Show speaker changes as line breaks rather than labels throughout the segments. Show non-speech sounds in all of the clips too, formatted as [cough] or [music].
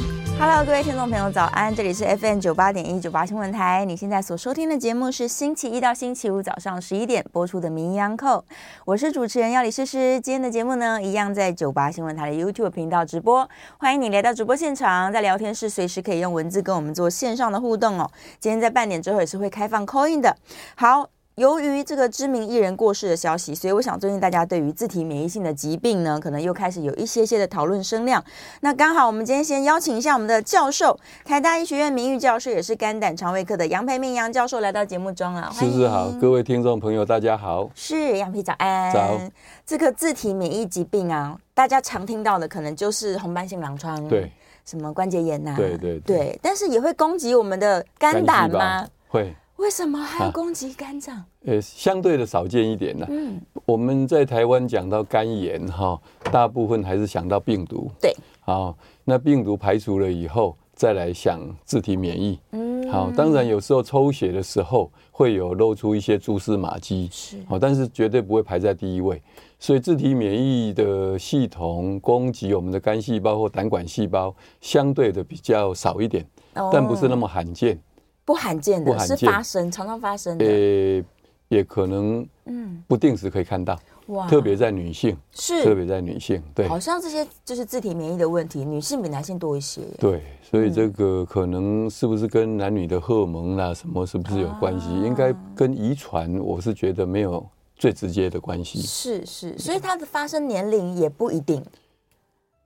Hello，各位听众朋友，早安！这里是 FM 九八点一九八新闻台，你现在所收听的节目是星期一到星期五早上十一点播出的《名医央叩》，我是主持人要李诗诗。今天的节目呢，一样在九八新闻台的 YouTube 频道直播，欢迎你来到直播现场，在聊天室随时可以用文字跟我们做线上的互动哦。今天在半点之后也是会开放 call in 的。好，由于这个知名艺人过世的消息，所以我想最近大家对于自体免疫性的疾病呢，可能又开始有一些些的讨论声量。那刚好我们今天先邀请一下我们的教授，台大医学院名誉教授，也是肝胆肠胃科的杨培明杨教授来到节目中啊了。
思思好，各位听众朋友，大家好。
是杨皮早安。
早。
这个自体免疫疾病啊，大家常听到的可能就是红斑性狼疮，
对，，
什么关节炎呐、啊
对对
对
对
但是也会攻击我们的肝胆
细
吗
胞？会，
为什么还要
啊
攻击肝脏？
呃，相对的少见一点呢。
嗯，
我们在台湾讲到肝炎哈，大部分还是想到病毒。
对。
好，那病毒排除了以后，再来想自体免疫。
嗯，
好，当然有时候抽血的时候会有露出一些蛛丝马迹。
是
好，但是绝对不会排在第一位。所以自体免疫的系统攻击我们的肝细胞或胆管细胞，相对的比较少一点，但不是那
么
么罕见。
哦不罕见的，
不罕
是
见
发生常常发生的。
呃，也可能
嗯，
不定时可以看到，
哇
特别在女性，特
是
别在女性，对
好像这些就是自体免疫的问题，女性比男性多一些。
对，所以这个可能是不是跟男女的荷尔蒙
嗯
啦、什么是不是有关系？
啊
应该跟遗传，我是觉得没有最直接的关系。
是是，所以它的发生年龄也不一定，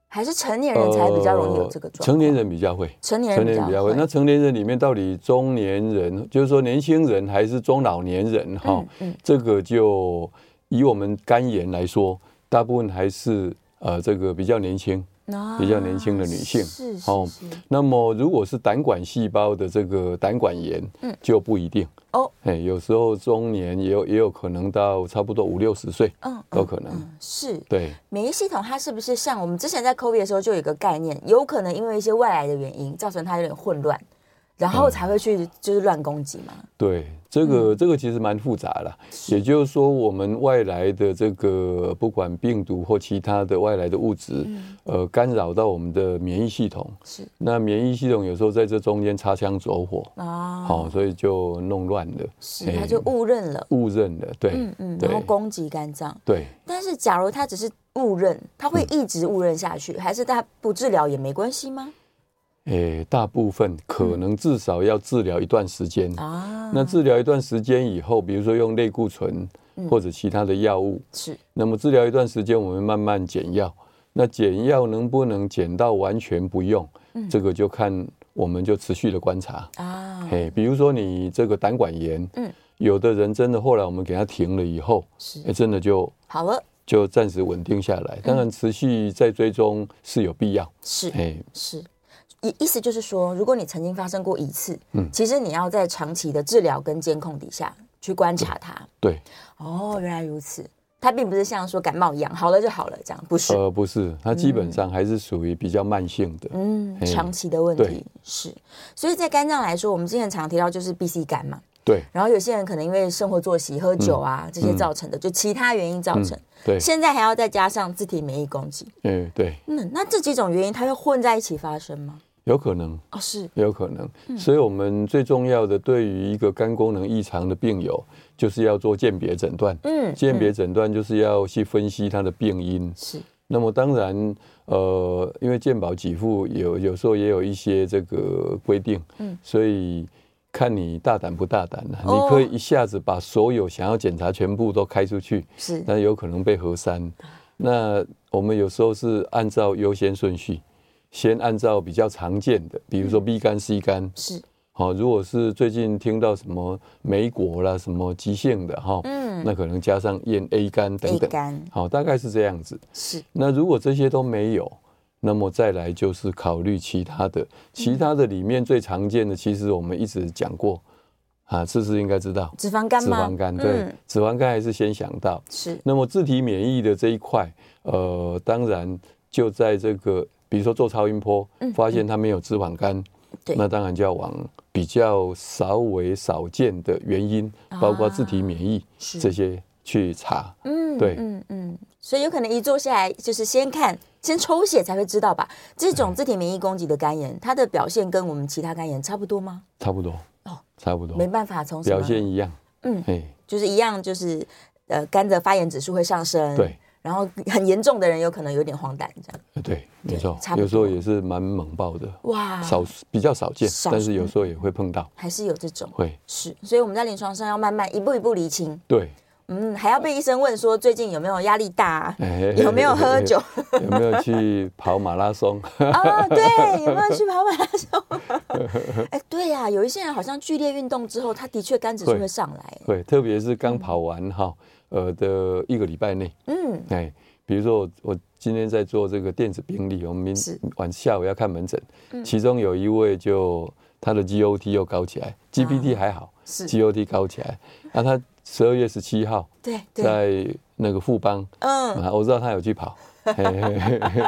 还是成年人才比较容易有这个状况。
呃成年人比较会。
成年
成
人
年人比较会，那成年人里面到底中年人，就是说年轻人还是中老年人哈？
嗯嗯
这个就以我们肝炎来说，大部分还是呃这个比较年轻，
那
比较年轻的女性
啊是是
哦
是
那么如果是胆管细胞的这个胆管炎，
嗯
就不一定
哦，
哎，有时候中年也有也有可能到差不多五六十岁，
嗯，
都
嗯
可能
嗯是
对
免疫系统，它是不是像我们之前在 COVID 的时候就有一个概念，有可能因为一些外来的原因造成它有点混乱，然后才会去就是乱攻击嘛？
对，这个、
嗯
这个其实蛮复杂的，也就是说我们外来的这个不管病毒或其他的外来的物质，
嗯
呃，干扰到我们的免疫系统，
是
那免疫系统有时候在这中间擦枪走火，
啊，
好、所以就弄乱了，
是
哎
它就误认了，
误认了，对，
嗯嗯，
对
然后攻击肝脏。
对。
但是假如它只是误认，它会一直误认下去，还是它不治疗也没关系吗？
诶，哎大部
嗯
分可能至少要治疗一段时间。
啊，
那治疗一段时间以后，比如说用类固醇
嗯
或者其他的药物，
是
那么治疗一段时间，我们慢慢减药。那减药能不能减到完全不用？
嗯
这个就看我们就持续的观察。
啊，
诶，比如说你这个胆管炎，
嗯
有的人真的后来我们给他停了以后，
是
诶，真的就
好了，
就暂时稳定下
嗯
来。当然，持续在追踪是有必要。
是
诶，
是。意意思就是说，如果你曾经发生过一次，
嗯
其实你要在长期的治疗跟监控底下去观察它。
对，
哦，原来如此，它并不是像说感冒一样好了就好了这样，不是，
呃，不是，它基本上还是属于比较慢性的。
嗯，
嘿
长期的问
对
题是。所以在肝脏来说，我们之前常提到就是 B C 肝嘛，
对，
然后有些人可能因为生活作息、喝酒啊、这些造成的，就其他原因造成。
嗯对，
现在还要再加上自体免疫攻击，
嗯，对，
嗯，那这几种原因它会混在一起发生吗？
有可能，
哦，是
有可
嗯
能。所以，我们最重要的，对于一个肝功能异常的病友，就是要做鉴别诊断。
嗯
鉴别诊断就是要去分析它的病因。
是
那么，当然，呃，因为健保给付有有时候也有一些这个规定，
嗯
所以。看你大胆不大胆了、
哦
你可以一下子把所有想要检查全部都开出去，
是
那有可能被核删。
嗯
那我们有时候是按照优先顺序，先按照比较常见的，比
嗯
如说 B 肝、C 肝。
是，
好、如果是最近听到什么梅果啦、什么急性的哈、
嗯
那可能加上验 A 肝等
，A
等。
肝
好、大概是这样子。
是
那如果这些都没有，那么再来就是考虑其他的，其他的里面最常见的，其实我们一直讲过啊，这是应该知道。
脂肪肝
脂
吗？
肪肝，对
嗯，
脂肪肝还是先想到。
是
那么自体免疫的这一块，呃，当然就在这个，比如说做超音波，发现他没有脂肪肝，
嗯对
那当然就要往比较稍微少见的原因，包括自体免疫
啊是
这些去查。
嗯，
对
嗯嗯，所以有可能一坐下来就是先看，先抽血才会知道吧。这种
嗯
自体免疫攻击的肝炎，它的表现跟我们其他肝炎差不多吗？
差不多
哦，
差不多
没，办法从什么
表现一样。
嗯
哎，
就是一样，就是呃肝的发炎指数会上升，
对，呃
然后很严重的人有可能有点黄疸这样。
对，没错
差，不多
有时候也是蛮猛爆的，
哇，
少比较少见，
少嗯
但是有时候也会碰到，
还是有这种
会
是，所以我们在临床上要慢慢一步一步厘清。
对。
嗯，还要被医生问说最近有没有压力大、啊，
哎
有没有喝酒？
有没有去跑马拉松？
哦，对，有没有去跑马拉松？哎，对呀、有一些人好像剧烈运动之后，他的确肝指数
会
会上来。
对，特别是刚跑完哈，呃的一个礼拜内，
嗯，
哎，比如说我我今天在做这个电子病历，我们明
是嗯
晚下午要看门诊，其中有一位就他的 GOT 又高起来，GPT 还好
啊是
，GOT 高起来，那他十二月十七号
对对，
在那个富邦，
嗯，
啊，我知道他有去
[laughs]
跑，嘿嘿嘿嘿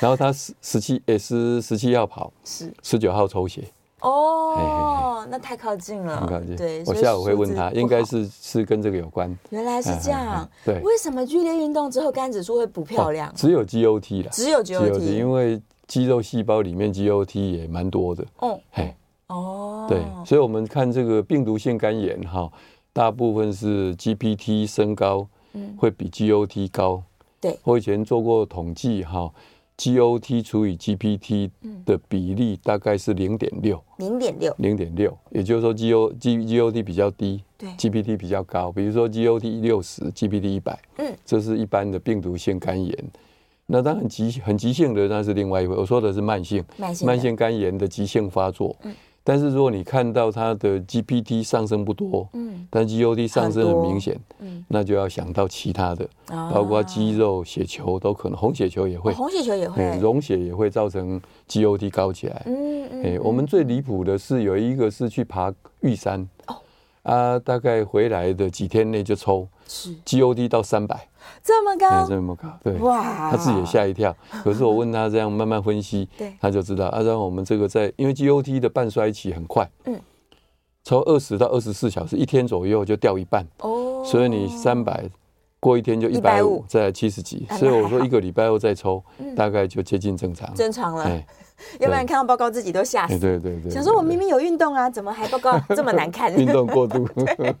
然后他十十七也是十七号跑，
是
十九号抽血，
哦，那太靠近了，
很高兴。
对，
我
所以
下午会
数
问
字
他，
不
应该
好
是是跟这个有关。
原来是这
嗯嗯
样
嗯。对
为什么剧烈运动之后肝指数会不漂亮
哦？只有 GOT 啦，
只有 GOT，
因为肌肉细胞里面 GOT 也蛮多的，
哦
嘿，
哦，
对，所以我们看这个病毒性肝炎哈，大部分是 GPT 升高，会比 GOT 高。
嗯对
我以前做过统计哈，GOT 除以 GPT
嗯
的比例大概是零点六，
零点六，
零点六，也就是说 GO G GOT 比较低，
对
，GPT 比较高。比如说 GOT 六十，GPT 一百，
嗯，
这是一般的病毒性肝炎。那当然急很急性的那是另外一回，我说的是慢性，
慢性的
慢性肝炎的急性发作。嗯，但是如果你看到它的 GPT 上升不多，
嗯，
但 GOT 上升
很多
很明显，
嗯，
那就要想到其他的，
啊
包括肌肉、血球都可能，红血球也会
哦，红血球也会
嗯，溶血也会造成 GOT 高起来。
嗯嗯，
哎、我们最离谱的是有一个是去爬玉山，
哦
啊，大概回来的几天内就抽
是
GOD 到三百、
这么
哎，
高，
这么高，对，
啊哇，
他自己也吓一跳。可是我问他这样慢慢分析
[laughs] 对，
他就知道。啊，让我们这个在，因为 GOT 的半衰期很快，
嗯，
抽二十到二十四小时，一天左右就掉一半，
哦，
所以你三百。过一天就一百
150
五，再来七十几，
啊
所以我
那还
说
好嗯
一个礼拜后再抽，大概就接近正常。
正常了，
哎，
要不然看到报告自己都吓
哎
死。
对对对，
想说我
对
明明有运动啊，怎么还报告这么难看？
运动过度， [laughs]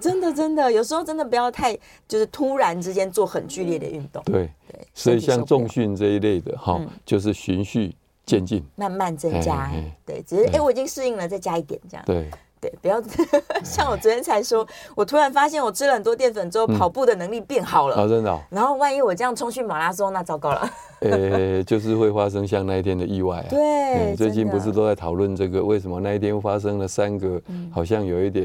真的真的，有时候真的不要太就是突然之间做很剧烈的运动，
对，
对，
所
身
以
体受
像
不了
重训这一类的哈
嗯，
就是循序渐进，
慢慢增加
哎哎哎，
对，只是哎
对
我已经适应了，再加一点这样，
对，
对，不要 [laughs] 像我昨天才说，我突然发现我吃了很多淀粉之后，跑步的能力变好
啊， [laughs]
了。
嗯真的哦，
然后万一我这样冲去马拉松，那糟糕了。
呃，就是会发生像那一天的意外啊。
对，
嗯最近
真的
不是都在讨论这个，为什么那一天发生了三个，好像有一点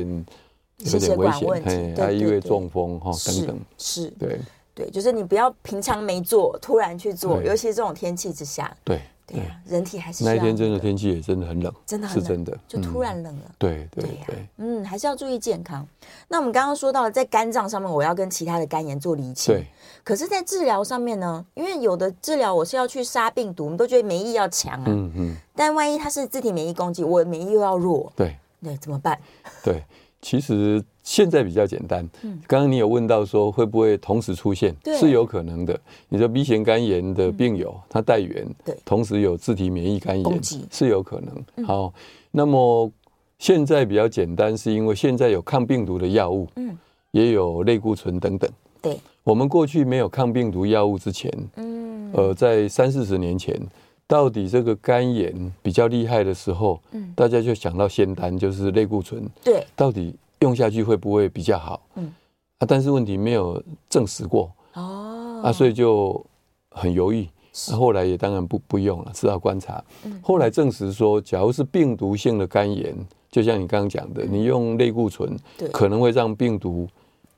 有
心血
点
嗯
危
管
险
问，题对
还
对
因为
对
中风哈等等，
是是，
对
对，就是你不要平常没做，突然去做，
对
尤其是这种天气之下，
对
对
对。
啊，人体还是需
那一
要
天真的
那个
天气也真的很冷，
真的很
是
冷
真的，
就
嗯
突然冷了。
对对
对呀、
对，
嗯，还是要注意健康。那我们刚刚说到了，在肝脏上面，我要跟其他的肝炎做厘清。
对。
可是，在治疗上面呢，因为有的治疗我是要去杀病毒，我们都觉得免疫要强啊。
嗯嗯，
但万一它是自体免疫攻击，我的免疫又要弱，
对。
对，怎么办？
对，其实现在比较简单。刚刚你有问到说会不会同时出现
嗯对，嗯
是有可能的。你说 B 型肝炎的病友，他带源，
对
同时有自体免疫肝
攻
炎
击，嗯
是有可能。好，那么现在比较简单，是因为现在有抗病毒的药物，
嗯
也有类固醇等等。
对，
我们过去没有抗病毒药物之前，
嗯，
呃，在三四十年前，到底这个肝炎比较厉害的时候，
嗯
大家就想到仙丹，就是类固醇，
对，
到底用下去会不会比较好？
嗯
嗯，啊，但是问题没有证实过、
哦，
啊，所以就很犹豫。
是嗯
那、后来也当然不不用了，只好观察。后来证实说，假如是病毒性的肝炎，就像你刚刚讲的，你用类固醇
嗯对
可能会让病毒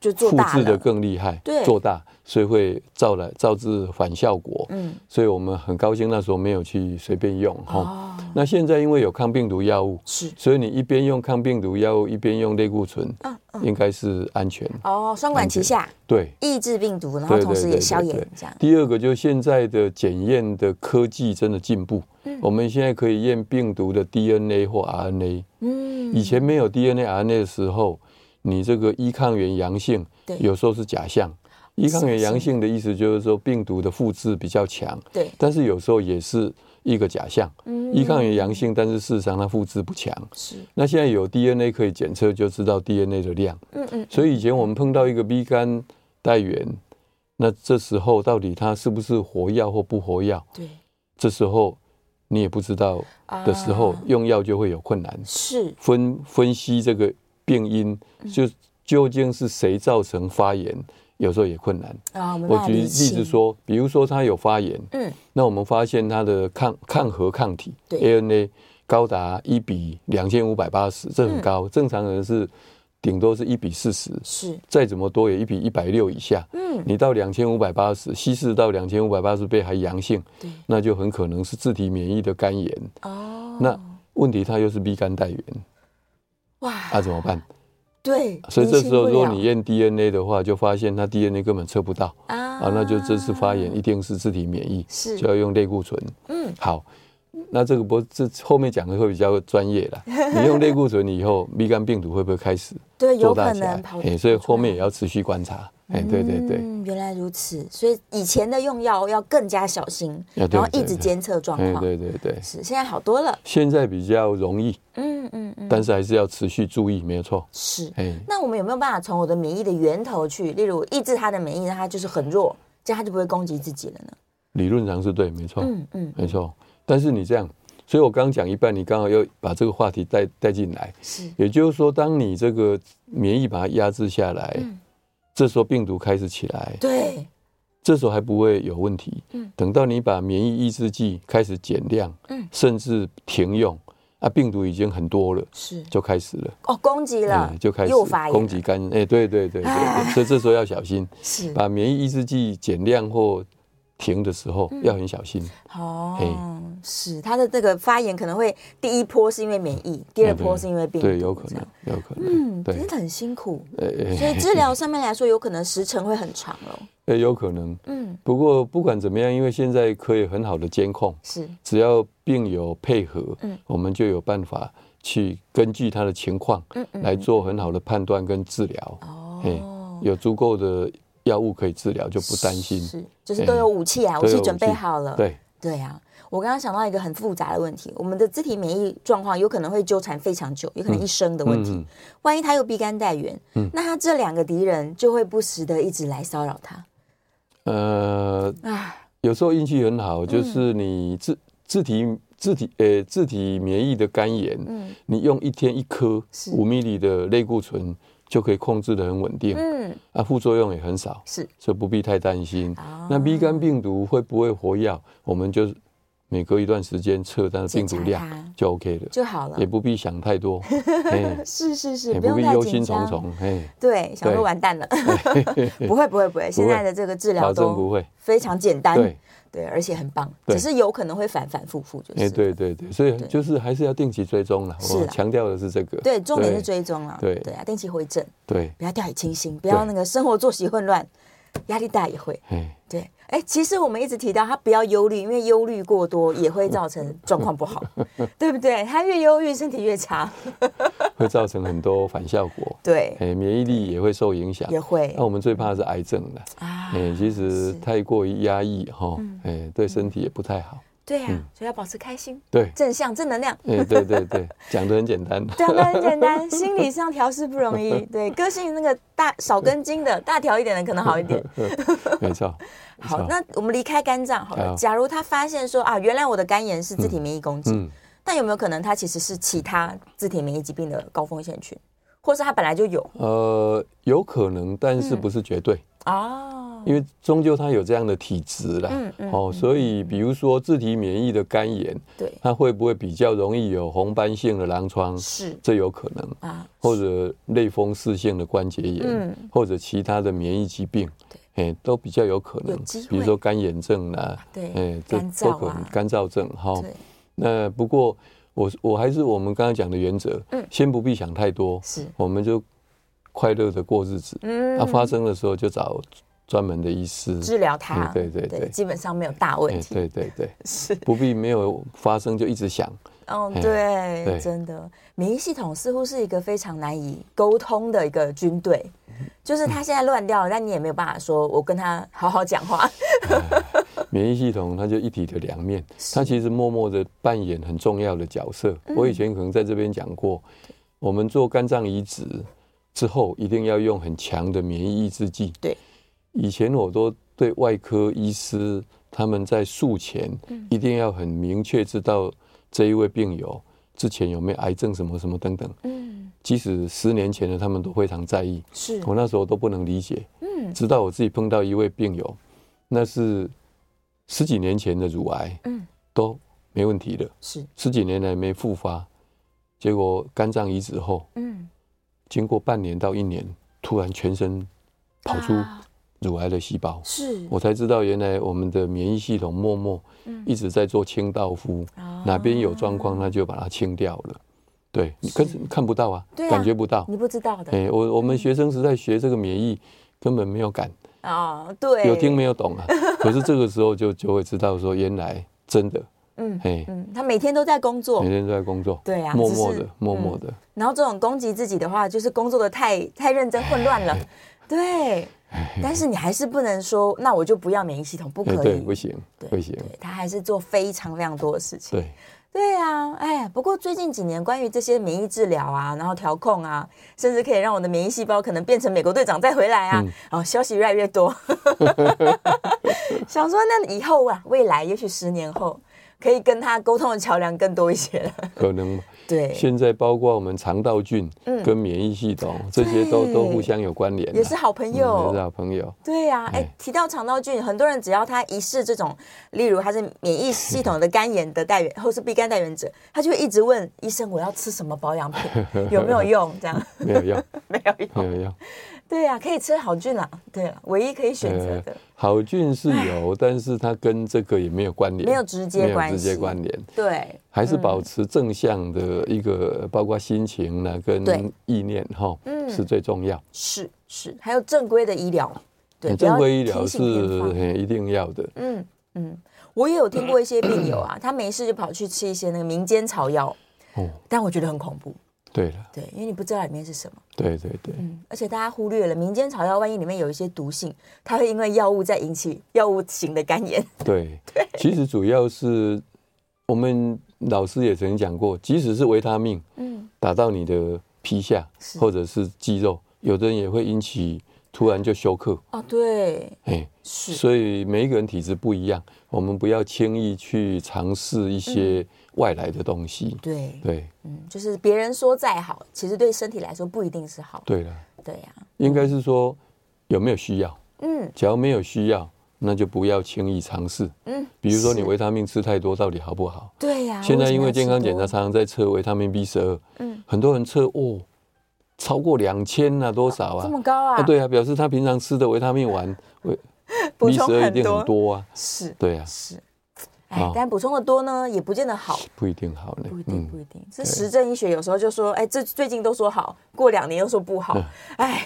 就做
复
大
制的
了，
更厉害
对，
做大，所以会造来造致反效果。
嗯，
所以我们很高兴那时候没有去随便用哈。
哦，
那现在因为有抗病毒药物，
是
所以你一边用抗病毒药物，一边用类固醇，
嗯嗯，
应该是安全。
哦，双管齐下，
对，
抑制病毒，然后同时也消炎，这样，
第二个就是现在的检验的科技真的进步，
嗯
我们现在可以验病毒的 DNA 或 RNA。
嗯，
以前没有 DNA、RNA 的时候，你这个一抗原阳性
对，
有时候是假象。一抗原阳性的意思就是说病毒的复制比较强，
对，
但是有时候也是一个假象。
嗯
一抗原阳性，但是事实上它复制不强。
是，
那现在有 DNA 可以检测，就知道 DNA 的量。
嗯嗯，
所以以前我们碰到一个 B 肝带源，那这时候到底它是不是活药或不活药，
对
这时候你也不知道
啊
的时候，用药就会有困难。
是，
分分析这个病因，就究竟是谁造成发炎，有时候也困难。
啊，没
我
办法
举例
理清
子，说，比如说它有发炎，
嗯，
那我们发现它的抗抗核抗体
对
ANA 高达一比两千五百八十，这
嗯
很高，正常人是顶多是一比四十，
是，
再怎么多也一比一百六以下。
嗯，
你到两千五百八十，稀释到两千五百八十倍还阳性，
对，
那就很可能是自体免疫的肝炎。
哦，
那问题它又是 B 肝带源，
哇，
那、怎么办？
对，
啊所以这时候
啊理清不
如果
了
你验 DNA 的话，就发现它 DNA 根本测不到
啊
啊，那就这次发炎一定是自体免疫，
是
就要用类固醇。
嗯，
好，那这个不这后面讲的会比较专业
[laughs]
啦。你用类固醇以后，B 肝病毒会不会开始
对，有
做
可
大起
能
来
跑？
哎，所以后面也要持续观察。哎，对对对，
嗯，原来如此，所以以前的用药要更加小心，
啊对
然后一
对
直
对
监测状
哎，
况，
对对对，
是现在好多了，
现在比较容易，
嗯嗯嗯，
但是还是要持续注意，没有错。
是。
哎，
那我们有没有办法从我的免疫的源头去，例如抑制它的免疫，让它就是很弱，这样它就不会攻击自己了呢？
理论上是对，没错。
嗯嗯，
没错，但是你这样，所以我刚讲一半，你刚好又把这个话题带带进来，
是
也就是说，当你这个免疫把它压制下来，这时候病毒开始起来，
嗯对，
这时候还不会有问题，
嗯
等到你把免疫抑制剂开始减量，
嗯
甚至停用，啊，病毒已经很多了，
是
就开始了，
哦，攻击了
哎，就开始
又发炎了
攻击肝，哎、对对对对
[laughs]
对，所以这时候要小心，
是
把免疫抑制剂减量或停的时
嗯
候要很小心。
哦
嘿，
是它的这个发炎可能会第一波是因为免疫，第二
哎对
波是因为病毒，
对，有可
这
能
样，
有可能，
嗯，
对
真的很辛苦，
呃、哎
所以治疗上面来说，有可能时程会很长喽。
也有可能。
嗯，
不过不管怎么样，因为现在可以很好的监控，
是
只要病友配合，
嗯
我们就有办法去根据他的情况
嗯嗯
来做很好的判断跟治疗。
哦，
有足够的药物可以治疗，就嗯不担心。
是就是都有武器啊，
都
武
有
器
武
准备
器
好了，
对，
对啊，我刚刚想到一个很复杂的问题，我们的自体免疫状况有可能会纠缠非常久，有可能一生的问题。
嗯
万一他又逼肝带源，那他这两个敌人就会不时的一直来骚扰他
呃，
啊。
有时候运气很
嗯
好，就是你自自体。自体呃，自体免疫的肝炎，
嗯
你用一天一颗
是
五 m 里的类固醇就可以控制的很稳定，
嗯，
啊，副作用也很少。
是
所以不必太担心。
啊
那 B 肝病毒会不会活药？我们就每隔一段时间测它的病毒
检查它
量就 OK 了，
就好了
也。不必想
[laughs]
太多，哎，
是是是，
也
不
不
用
必
太
忧
紧
心忡
张。
忡，哎，
对，想说
对
完蛋
[laughs]
了， [laughs] 不会不会不会，现在的这个治疗
保证不
都
会。
非常简单，
对，
对而且很棒，
对
只是有可能会反反复复，就是
哎，
了
对对对，所以
对
就是还是要定期追踪了。
是啊
我强调的是这个，
对，重点是追踪啊，
对
对啊，定期回诊，
对，
不要掉以轻心，不要那个生活作息混乱，压力大也会。
哎，
对，哎，其实我们一直提到他不要忧虑，因为忧虑过多也会造成状况
[laughs]
不好，对不对？他越忧郁，身体越差，，
会造成很多反效果
[laughs] 对，
哎，哦免疫力也会受影响
也。会
那我们最怕的是癌症了，
啊，嗯
哎，其实太过于压抑哈，哎，对身体也不太好。
对啊，
嗯
所以要保持开心、
对，
正向、正能量。
哎，对对对，讲的很简单。
[laughs] 对啊，那很简单，心理上调试不容
[laughs]
易。对，个性那个大少根筋的，大条一点的可能好一点。
没错。 [laughs] 没
好，
错
那我们离开肝脏好了。
好
假如他发现说啊，原来我的肝炎是自体免疫攻击，
嗯，
但有没有可能他其实是其他自体免疫疾病的高风险群，或是他本来就有
呃，有可能，但
嗯
是不是绝对，
啊？
因为终究它有这样的体质啦。
嗯嗯
哦，所以比如说自体免疫的肝炎，
对，
它会不会比较容易有红斑性的狼疮？
是
这有可能，
啊，
或者类风湿性的关节炎，
嗯
或者其他的免疫疾病，哎，都比较有可
有
能
机会。
比如说干眼症啦，
对
哎，这
干燥
都
啊
可能，干燥症哈。
对，
那不过我我还是我们刚刚讲的原则，
嗯
先不必想太多，
是，
我们就快乐的过日子。
嗯
那、发生的时候就找专门的医师
治疗它，
嗯对对对
基本上没有大问
哎
题。
对对对，
[laughs] 是，
不必没有发生就一直想。
嗯，
哎
对，
对
真的，免疫系统似乎是一个非常难以沟通的一个军队，就是他现在乱掉了，但你也没有办法说我跟他好好讲话。
免疫系统它就一体的两面，它其实默默的扮演很重要的角色。
嗯
我以前可能在这边讲过，我们做肝脏移植之后，一定要用很强的免疫抑制剂。
对，
以前我都对外科医师他们在术前
嗯
一定要很明确知道这一位病友之前有没有癌症什么什么等等。
嗯，
即使十年前的他们都非常在意，
是，
我那时候都不能理解。
嗯
直到我自己碰到一位病友，那是十几年前的乳癌，
嗯，
都没问题的，
是，
十几年来没复发。结果肝脏移植后，
嗯，
经过半年到一年，突然全身跑出
啊
乳癌的细胞，
是，
我才知道原来我们的免疫系统默默
嗯
一直在做清道夫，哪
哪
边有状况，它就把它清掉了。对，你可是看不到啊，
对啊啊嗯
感觉不到。
你不知道的
哎、我我们学生时代学这个免疫，根本没有感。
啊，对，
有听没有懂啊？
哎 [laughs]
可是这个时候就就会知道说，原来真的，
嗯
哎，
嗯，他每天都在工作
每，天都在工作，
对啊
默默
只是，
的
嗯
默默的，
然后这种攻击自己的话，就是工作的太太认真混乱了，对。但是你还是不能说，那我就不要免疫系统，不可
哎，
以，
对，不行，
对
不行，
对他还是做非常非常多的事情。
对，
对啊，哎，不过最近几年关于这些免疫治疗啊，然后调控啊，甚至可以让我的免疫细胞可能变成美国队长再回来啊，哦，消息越来越多。 [laughs] 想说那以后啊，未来也许十年后可以跟他沟通的桥梁更多一些了。
可能
[laughs] 对，
现在包括我们肠道菌
嗯
跟免疫系统这些都
对
都互相有关联啊，
也是好朋
嗯
友。
也是好朋友，
对呀、哎、
哎
提到肠道菌，很多人只要他一试这种，例如他是免疫系统的肝炎的代源，或是乙肝代源者，他就会一直问医生我要吃什么保养品
[laughs]
有没有用？这样
没有用，
[laughs] 没有
[laughs] 没
用。
有用，
对呀、可以吃好菌啦。对了，唯一可以选择的，
呃好菌是有，但是它跟这个也没有关联，
没有直接
没有
关
直接
系
关联。
对，
还是
嗯
保持正向的一个，呃包括心情呢、
对嗯
跟意念哈，是最重要。
是是，还有正规的医疗，对，不要
嗯正规医疗
听
是
信偏方
很一定要的。
嗯嗯，我也有听过一些病友啊，他没事就跑去吃一些那个民间草药，
哦，
但我觉得很恐怖，
对了，
对，因为你不知道里面是什么。
对对对，
嗯，而且大家忽略了民间草药，万一里面有一些毒性，它会因为药物再引起药物型的肝炎。
对，其实主要是我们老师也曾讲过，即使是维他命
嗯，
打到你的皮下
是
或者是肌肉，有的人也会引起突然就休克，
哦，对，
哎，
是，
所以每一个人体质不一样，我们不要轻易去尝试一
嗯
些外来的东西。
对，
对，
嗯，就是别人说再好，其实对身体来说不一定是好。
对了，
对呀、
应该是说有没有需要，
嗯
只要没有需要，那就不要轻易尝试。
嗯，
比如说你
是
维他命吃太多，到底好不好？
对呀、
现在因为
什
健
么要
康
吃
检查
多
常常在测维他命 B 十二，
嗯，
很多人测哦，超过两千啊，多少啊？
这么高啊？
啊，，对啊，表示他平常吃的维他命丸，维
[laughs] 补
B 十
充
二一
很
定
多
很多啊，
是
对啊，
是，哎
好，
但补充的多呢，也不见得好。
不一定好呢
不一，定，
嗯
不，一定。这
对
实证医学有时候就说，哎，这最近都说好，过两年又说不好， [laughs] 哎，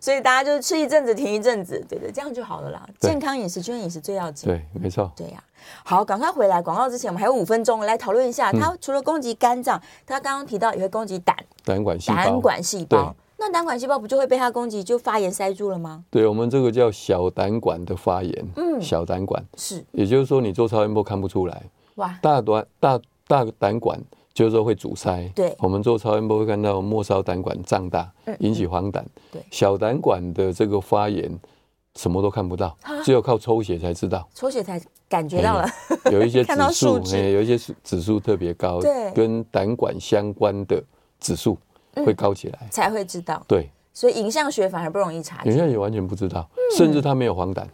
所以大家就是吃一阵子停一阵子，对对，这样就好了啦。
对
健康饮食、均衡饮食最要紧。
对，没错，
对呀、好，赶快回来广告之前，我们还有五分钟来讨论一下，
嗯
它除了攻击肝脏，它刚刚提到也会攻击胆
胆管细胞，
胆管细
对
胞。那胆管细胞不就会被它攻击，就发炎塞住了吗？
对我们这个叫小胆管的发炎，
嗯
小胆管，
是
也就是说你做超音波看不出来，
哇，
大短大大胆管就是说会阻塞，
对嗯
我们做超音波会看到末梢胆管胀大，引起黄疸，
对
小胆管的这个发炎。什么都看不到，只有靠抽血才知
[laughs]
道。
抽血才感觉
嗯
到了，
有一些
看到
指
数
数，
值
哎有一些指指数特别高
对，嗯
跟胆管相关的指数会高起来。
[laughs] 才会知道。
对，
所以影像学反而不容易察
有些
觉，
人也完全不知道，甚至他没有黄疸，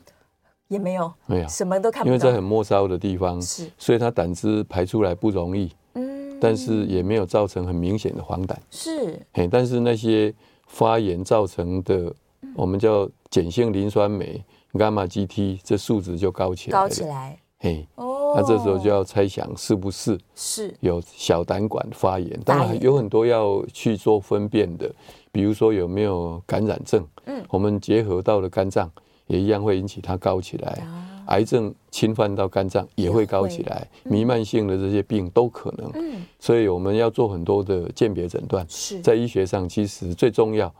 也没有
没有，
什么都看
因
嗯不
为在
到
很。末梢的地方，
是，
所以他胆汁排出来不容易，
嗯，
但是也没有造成很明显的黄疸。
是
嘿，但是那些发炎造成的，
嗯
我们叫碱性磷酸酶、伽马 GT，这数值就高起来
高
了。
起来
嘿，
哦。
那、这时候就要猜想是不是
是
有小胆管发炎。
发
当
炎
然有很多要去做分辨的，比如说有没有感染症。
嗯
我们结合到了肝脏，也一样会引起它高起来。
哦啊
癌症侵犯到肝脏也会高起来，弥漫性的这些病都可能。
嗯，
所以我们要做很多的鉴别诊断。
是
在医学上，其实最重要，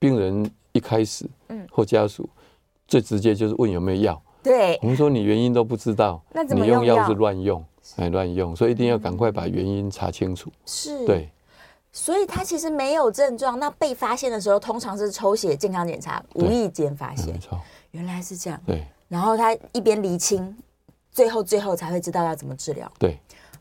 病人一开始，
嗯
或家属最直接就是问有没有药。
对
我，们说你原因都不知道，
那怎么
你用
用药
药是乱用，哎，乱用，所以一定要赶快把原因查清楚。嗯
是，，
对，
所以他其实没有症状，那被发现的时候，通常是抽血健康检查，无意间发
没
现，
错，
原来是这样，
对
然后他一边厘清，最后最后才会知道要怎么治疗。
对，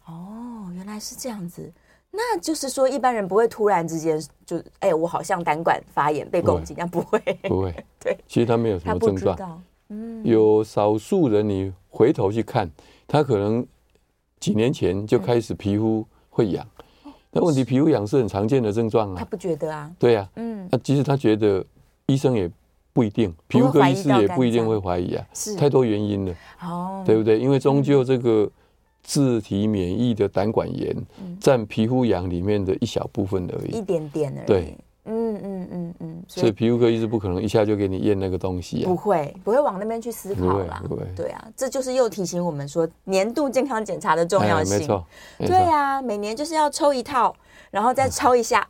哦，原来是这样子。那就是说，一般人不会突然之间就，哎、我好像胆管发炎被攻击，但不会，，
不会
对，
其实他没有
[laughs]
什
他
么
不
症
知
状，啊
道，嗯
有少数人你回头去看，他可能几年前
嗯
就开始皮肤会痒，那
哦
问题皮肤痒是很常见的症状
他
啊，
不觉得啊，
对呀、
嗯，
那即使他觉得医生也不一定，皮肤科医师也不一定会怀疑啊，
是，
太多原因了。
哦，
对不对？因为终究这个自体免疫的胆管炎占皮肤痒里面的一小部分而
嗯一
已，
点点而已，
对，
嗯嗯嗯嗯，所
所以
以
皮肤科医师不可能一下就给你验那个东西
不
啊。
会不会往那边去思考啦
不会不会，
对啊，这就是又提醒我们说年度健康检查的重要
哎
性，
没错，没
对
错，
啊，每年就是要抽一套，然
[laughs]
后再抽一下，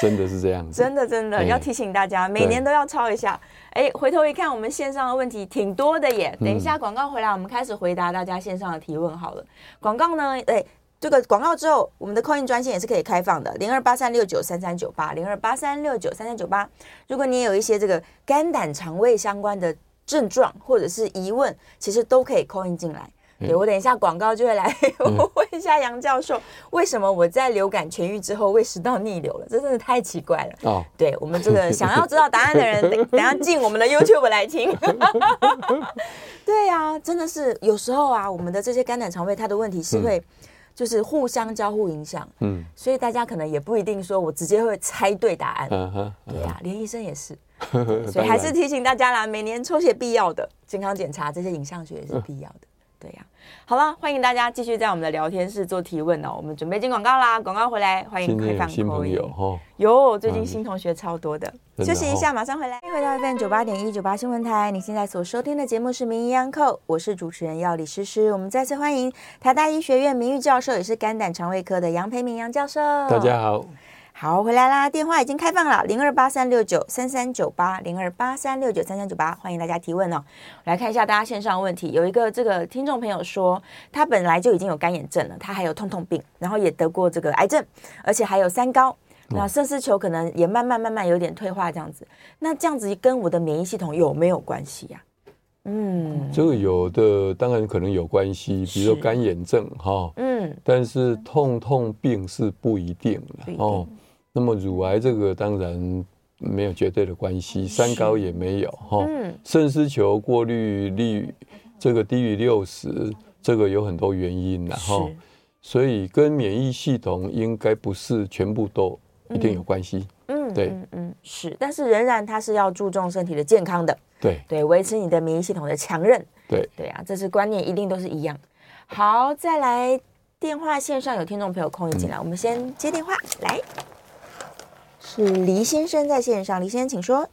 真的是这样子。
真的真的
哎
要提醒大家，每年都要抄一下。哎，回头一看，我们线上的问题挺多的耶。等一下广告回来，我们开始回答大家线上的提问好了。广告呢，哎。这个广告之后，我们的扣印专线也是可以开放的，零二八三六九三三九八，零二八三六九三三九八。如果你也有一些这个肝胆肠胃相关的症状或者是疑问，其实都可以扣印进来。对我等一下广告就会来 [laughs] 问一下杨教授，为什么我在流感痊愈之后胃食道逆流了？这真的太奇怪了。
哦，
对我们这
[laughs]
个想要知道答案的人，等等下进我们的 YouTube 来听。 [laughs] 对啊，真的是有时候啊，我们的这些肝胆肠胃它的问题是会就是互相交互影响，
嗯，
所以大家可能也不一定说我直接会猜对答案。
嗯哼，
对啊，连医生也
[laughs]
是，
嗯
所以还是
当然
提醒大家啦，每年抽血必要的，健康检查这些影像学
嗯
也是必要的。对呀、好了，欢迎大家继续在我们的聊天室做提问哦。我们准备进广告啦，广告回来欢迎
今
开
天
放
有新朋
call in
友哈，
有，最近
嗯
新同学超多的。
真
休
的哦
息一下，马上回来。欢迎回到 FM 九八点一九八新闻台，你现在所收听的节目是《名医央叩》，我是主持人药理诗诗。我们再次欢迎台大医学院名誉教授，也是肝胆肠胃科的杨培明杨教授。
大家好，
好，回来啦，电话已经开放了，零二八三六九三三九八，零二八三六九三三九八，欢迎大家提问哦。我来看一下大家线上的问题，有一个这个听众朋友说，他本来就已经有干眼症了，他还有痛痛病，然后也得过这个癌症，而且还有三高。
嗯
那肾丝球可能也慢慢慢慢有点退化这样子，那这样子跟我的免疫系统有没有关系呀、嗯
这个有的当然可能有关系，
是
比如说干眼症哈，
嗯，
但是痛痛病是不一定
不
的
一定
哦。那么乳癌这个当然没有绝对的关系，三高也没有哈。
嗯
肾丝球过滤率这个低于六十，这个有很多原因然后
是，
所以跟免疫系统应该不是全部都一定有关系。
嗯，
对
嗯嗯是，但是仍然它是要注重身体的健康的。
对
对，维持你的免疫系统的强韧。
对，
对啊，这是观念一定都是一样。好，再来电话线上有听众朋友空运进来，我们先接电话来。是黎先生在线上，黎先生请说。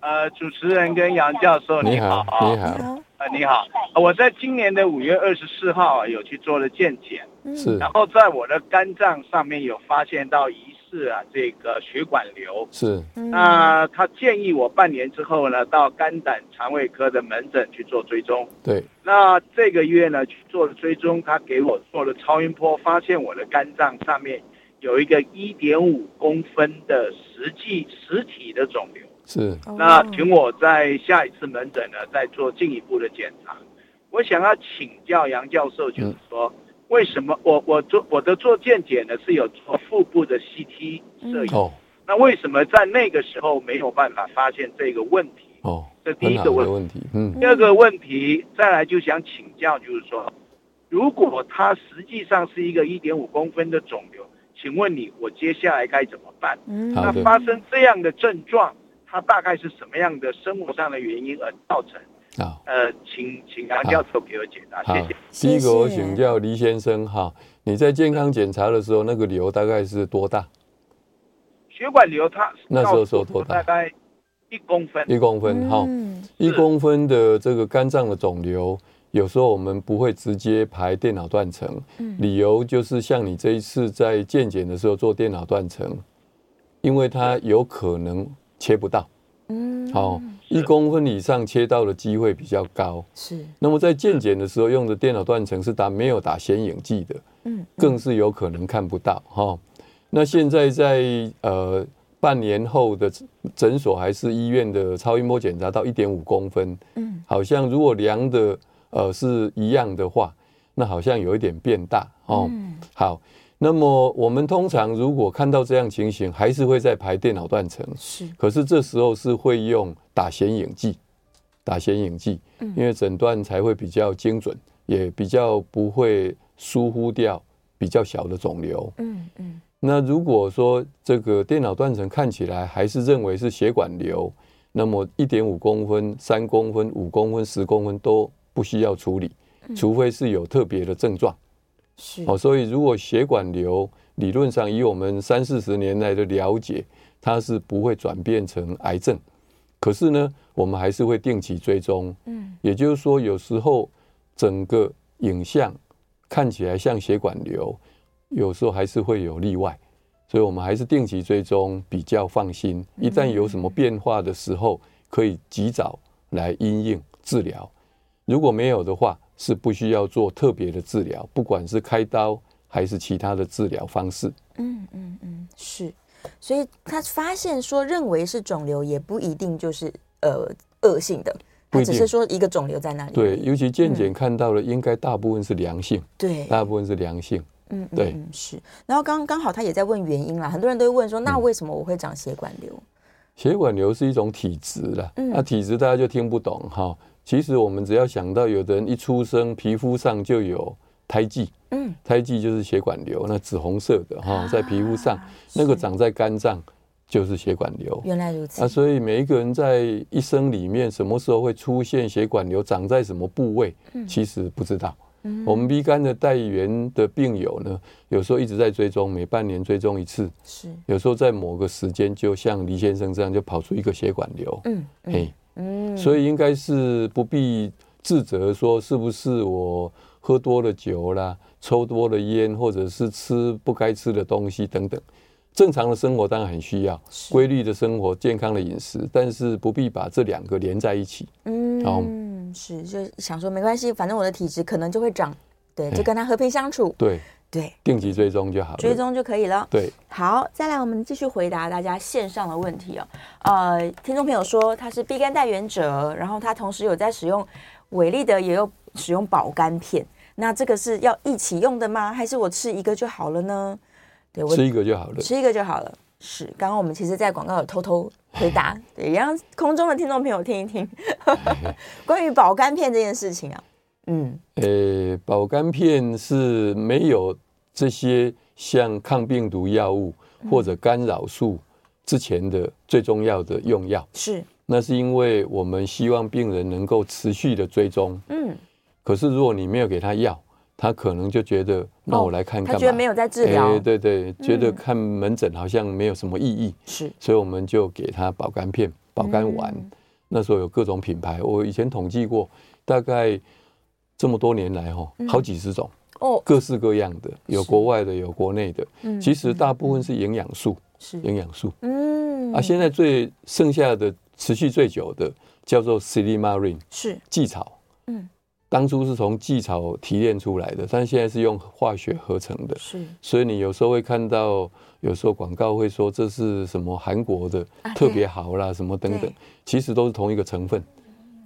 呃，主持人跟杨教授，
你
好
好，
啊，
你
你
好，
好，
呃，你好，呃我在今年的五月二十四号啊，有去做了健检，
嗯
是
然后在我的肝脏上面有发现到疑似啊这个血管瘤，
是
那他建议我半年之后呢，到肝胆肠胃科的门诊去做追踪。
对
那这个月呢去做了追踪，他给我做了超音波，发现我的肝脏上面有一个一点五公分的实际实体的肿瘤。
是
哦
那请我在下一次门诊呢，再做进一步的检查。我想要请教杨教授，就是说，为什么我我做我的做健检呢是有做腹部的 CT 摄影，
哦
那为什么在那个时候没有办法发现这个问题？
哦，
这第
很
一
好
个问
的
题。
问题，嗯
第二个问题，再来就想请教，就是说，如果它实际上是一个一点五公分的肿瘤，请问你我接下来该怎么办？
嗯
好
那
的
发生这样的症状，它大概是什么样的生活上的原因而造成？
好。
呃，请请杨教授给我解答，谢
好
谢。，
谢
第一个我
谢
请教黎先生哈，你在健康检查的时候，那个瘤大概是多大？
血管瘤它
那时候
告诉
说多
我
大
大概一公分。
一公分哈、
嗯
一公分的这个肝脏的肿瘤，有时候我们不会直接排电脑断层，
嗯
理由就是像你这一次在健检的时候做电脑断层，因为它有可能切不到，
嗯，
哦，一公分以上切到的机会比较高。
是，
那么在健检的时候用的电脑断层是打没有打显影剂的，
嗯，
更是有可能看不到哈、那现在在呃半年后的诊所还是医院的超音波检查到一点五公分，
嗯，
好像如果量的呃是一样的话，那好像有一点变大哦。好，那么我们通常如果看到这样情形，还是会再排电脑断层，
是，
可是这时候是会用打显影剂，打显影剂，因为诊断才会比较精准，也比较不会疏忽掉比较小的肿瘤。
嗯嗯
那如果说这个电脑断层看起来还是认为是血管瘤，那么一点五公分、三公分、五公分、十公分都不需要处理，除非是有特别的症状。
是，
哦，所以如果血管瘤理论上以我们三四十年来的了解，它是不会转变成癌症，可是呢，我们还是会定期追踪。
嗯
也就是说，有时候整个影像看起来像血管瘤，有时候还是会有例外，所以我们还是定期追踪比较放心。一旦有什么
嗯
变化的时候，可以及早来因应治疗。如果没有的话，是不需要做特别的治疗，不管是开刀还是其他的治疗方式。
嗯嗯嗯是，所以他发现说认为是肿瘤也不一定就是呃恶性的，
不
他
一
只
定
是说一个肿瘤在那里，
对，尤其健
嗯
检看到的，应该大部分是良性，
对，
大部分是良性。
嗯，嗯
对
嗯是。然后刚刚好他也在问原因啦，很多人都会问说，
嗯
那为什么我会长血管瘤？
血管瘤是一种体质啦，那、
嗯
体质大家就听不懂哈。其实我们只要想到，有的人一出生皮肤上就有胎记，
嗯，
胎记就是血管瘤，那紫红色的
啊
哈，在皮肤上，那个
是
长在肝脏就是血管瘤。
原来如此
啊，，所以每一个人在一生里面，什么时候会出现血管瘤，长在什么部位，
嗯
其实不知道。我们 B 肝的带源的病友呢，有时候一直在追踪，每半年追踪一次，
是，
有时候在某个时间，就像黎先生这样，就跑出一个血管瘤。
嗯嗯
嘿，
嗯，
所以应该是不必自责，说是不是我喝多了酒啦，抽多了烟，或者是吃不该吃的东西等等。正常的生活当然很需要
是
规律的生活、健康的饮食，但是不必把这两个连在一起。好
嗯，是，就想说没关系，反正我的体质可能就会长，对，就
哎
跟他和平相处，
对，
对，
定期追踪就好了。
追踪就可以了。
对，
好，再来，我们继续回答大家线上的问题哦。呃，听众朋友说他是 B 肝代言者，然后他同时有在使用伟力德，也有使用保肝片。那这个是要一起用的吗？还是我吃一个就好了呢？对我
吃一个就好了。
吃一个就好了。是，刚刚我们其实，在广告有偷偷回
[laughs]
答，对，也让空中的听众朋友听一听关于保肝片这件事情啊。嗯，
呃，保肝片是没有这些像抗病毒药物或者干扰素之前的最重要的用药。
是，
那是因为我们希望病人能够持续的追踪。
嗯，
可是如果你没有给他药，他可能就觉得那我来看
哦他
干嘛？
觉得没有在治疗，嗯
哎对对，觉得看门诊好像没有什么意义，
是，
所以我们就给他保肝片、保肝丸。
嗯
那时候有各种品牌，我以前统计过，大概这么多年来哈、
嗯
哦，好几十种，
哦，
各式各样的，有国外的，有国内的。
嗯
其实大部分是营养素，
是，
营养素。
嗯，
啊，现在最剩下的持续最久的叫做 silimarin
是，
蓟草，
嗯，
当初是从蓟草提炼出来的，但现在是用化学合成的，
是
所以你有时候会看到，有时候广告会说这是什么韩国的、
啊
特别好啦，什么等等
对，
其实都是同一个成分。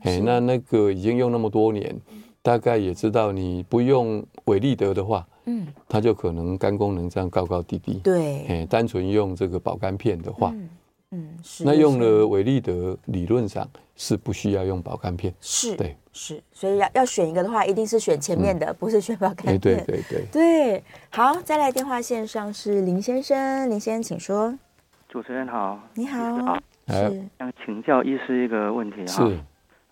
哎，
是
那那个已经用那么多年，大概也知道你不用伟立德的话，
嗯，
它就可能肝功能这样高高低低。
对，
哎，单纯用这个保肝片的话，
嗯嗯是，
那
是
用了伟立德，理论上是不需要用保肝片。
是，
对，
是，所以要要选一个的话，一定是选前面的，不是选保肝片。
哎，对对对，
对好，再来电话线上是林先生，林先生请说。
主持人好，
你好
医师好，
哎
是，
想请教医师一个问题啊，
是，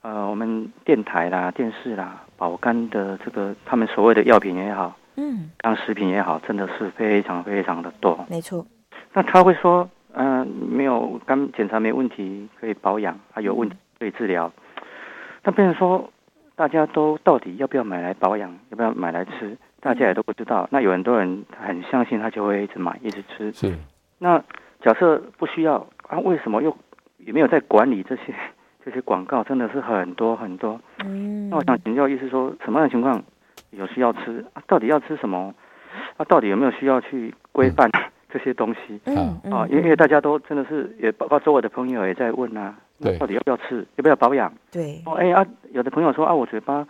呃，我们电台啦、电视啦，保肝的这个他们所谓的药品也好，
嗯，
当食品也好，真的是非常非常的多。
没错，
那他会说，呃，那没有肝检查没问题，可以保养；啊，有问题可以治疗。那变成说，大家都到底要不要买来保养，要不要买来吃，大家也都不知道。那有很多人很相信，他就会一直买，一直吃。
是
那假设不需要啊，为什么又也没有在管理这些这些广告？真的是很多很多。
嗯
哦那我想请教医师说，什么样的情况有需要吃？啊、到底要吃什么？啊，到底有没有需要去规范这些东西？
嗯嗯
啊，因为因为大家都真的是也包括周围的朋友也在问啊，
对
到底要不要吃，要不要保养？
对，
哦，哎啊，有的朋友说啊，我嘴巴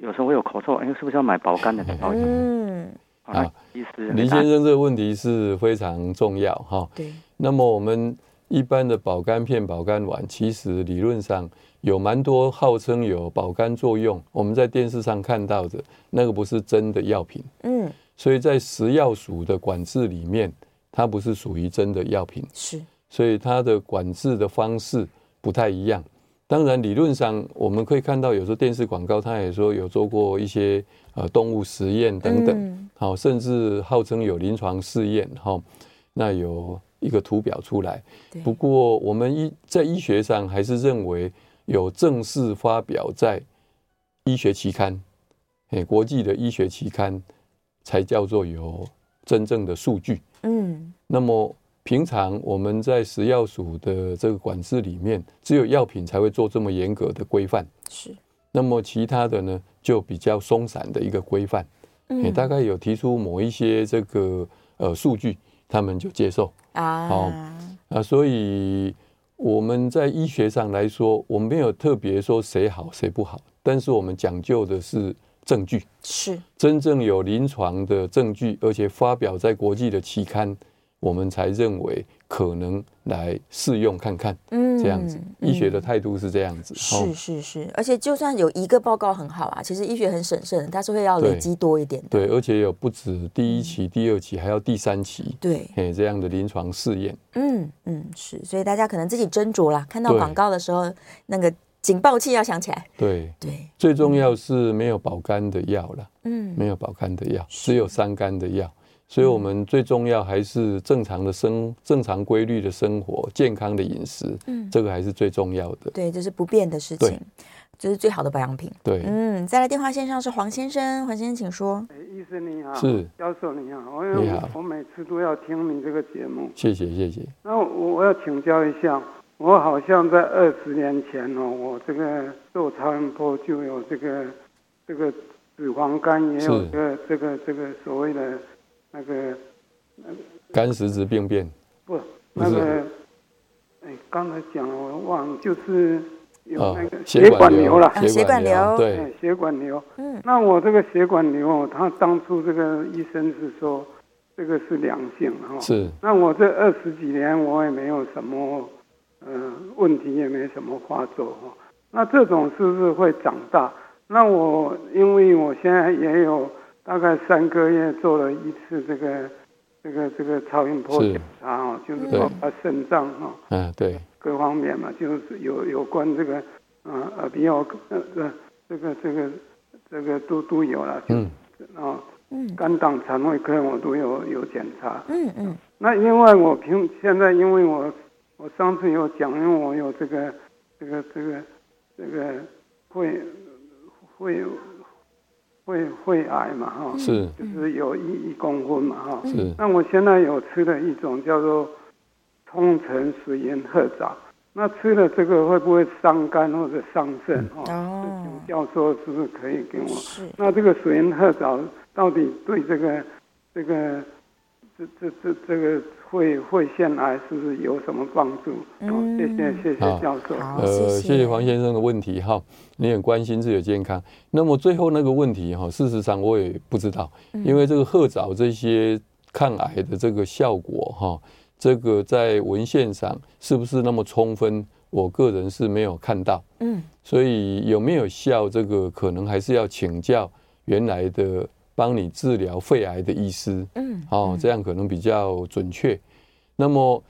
有时候会有口臭，哎，是不是要买保肝的保养？
嗯
啊
好，
医师，
林先生这个问题是非常重要哈、
对，
那么我们一般的保肝片、保肝丸，其实理论上有蛮多号称有保肝作用，我们在电视上看到的那个不是真的药品，
嗯
所以在食药署的管制里面，它不是属于真的药品，
是，
所以它的管制的方式不太一样。当然，理论上我们可以看到，有时候电视广告它也说有做过一些呃动物实验等等，
嗯
好、甚至号称有临床试验哈、那有一个图表出来。
对，
不过我们医在医学上还是认为有正式发表在医学期刊，哎，国际的医学期刊才叫做有真正的数据。
嗯
那么平常我们在食药署的这个管制里面，只有药品才会做这么严格的规范，
是，
那么其他的呢就比较松散的一个规范。
嗯
也大概有提出某一些这个呃数据，他们就接受
啊，
好啊。所以我们在医学上来说，我们没有特别说谁好谁不好，但是我们讲究的是证据，
是，
真正有临床的证据，而且发表在国际的期刊，我们才认为可能来试用看看
嗯
这样子。医学的
嗯
态度是这样子，哦
是是是，而且就算有一个报告很好啊，其实医学很审慎，它是会要累
对
积多一点的。
对，而且有不止第一期、第二期，还有第三期，
对，
嘿，这样的临床试验。
嗯嗯，是，所以大家可能自己斟酌啦，看到
对
广告的时候，那个警报器要响起来。
对，
对，
最重要是没有保肝的药了，
嗯，
没有保肝的药，
是
只有伤肝的药。所以，我们最重要还是正常的生、正常规律的生活、健康的饮食，
嗯
这个还是最重要的。
对，这是不变的事
对
情，这是最好的保养品。
对，
嗯，再来电话线上是黄先生，黄先生请说。
哎医生你好，
是
教授你好，我
你好
我每次都要听你这个节目。
谢谢，谢谢。
那我我要请教一下，我好像在二十年前哦，我这个做超音波就有这个这个脂肪肝，也有
是
这个这个这个所谓的那个
肝实质病变，
不
不
那
是
个，哎，刚才讲了我忘了，就是有
啊
那个，
血
管
管
瘤
瘤
了。
啊血管瘤
哎
对，，
血管瘤。
嗯，
那我这个血管瘤哦，他当初这个医生是说，这个是良性哈、哦。。
是
那我这二十几年我也没有什么，呃，问题也没什么发作哈、哦。那这种是不是会长大？那我因为我现在也有大概三个月做了一次这个这个这个超音波
是
检查哦，就是
对
包括肾脏哈、哦。
嗯，对，
各方面嘛，就是有有关这个，呃，耳鼻喉，呃，呃这个这个这个都都有了，就是
嗯，
啊、
嗯
肝胆肠胃科我都有有检查。
嗯嗯，
那因为我平现在因为我我上次有讲，因为我有这个这个这个这个会会会会癌嘛哈、
是
就是有一一公分嘛哈、
是
那我现在有吃的一种叫做通城水银褐藻，那吃了这个会不会伤肝或者伤肾？哦，
哦
请教授是不是可以给我？
是，
那这个水银褐藻到底对这个这个这这这这个会会腺癌是不是有什么帮助？哦，谢谢谢谢
好
教授。
好
呃，
谢
谢
谢
谢黄先生的问题哈，你很关心自己的健康。那么最后那个问题哈，事实上我也不知道，
嗯
因为这个褐藻这些抗癌的这个效果哈，这个在文献上是不是那么充分，我个人是没有看到。
嗯，
所以有没有效，这个可能还是要请教原来的帮你治疗肺癌的医师。
嗯，
哦，这样可能比较准确。那么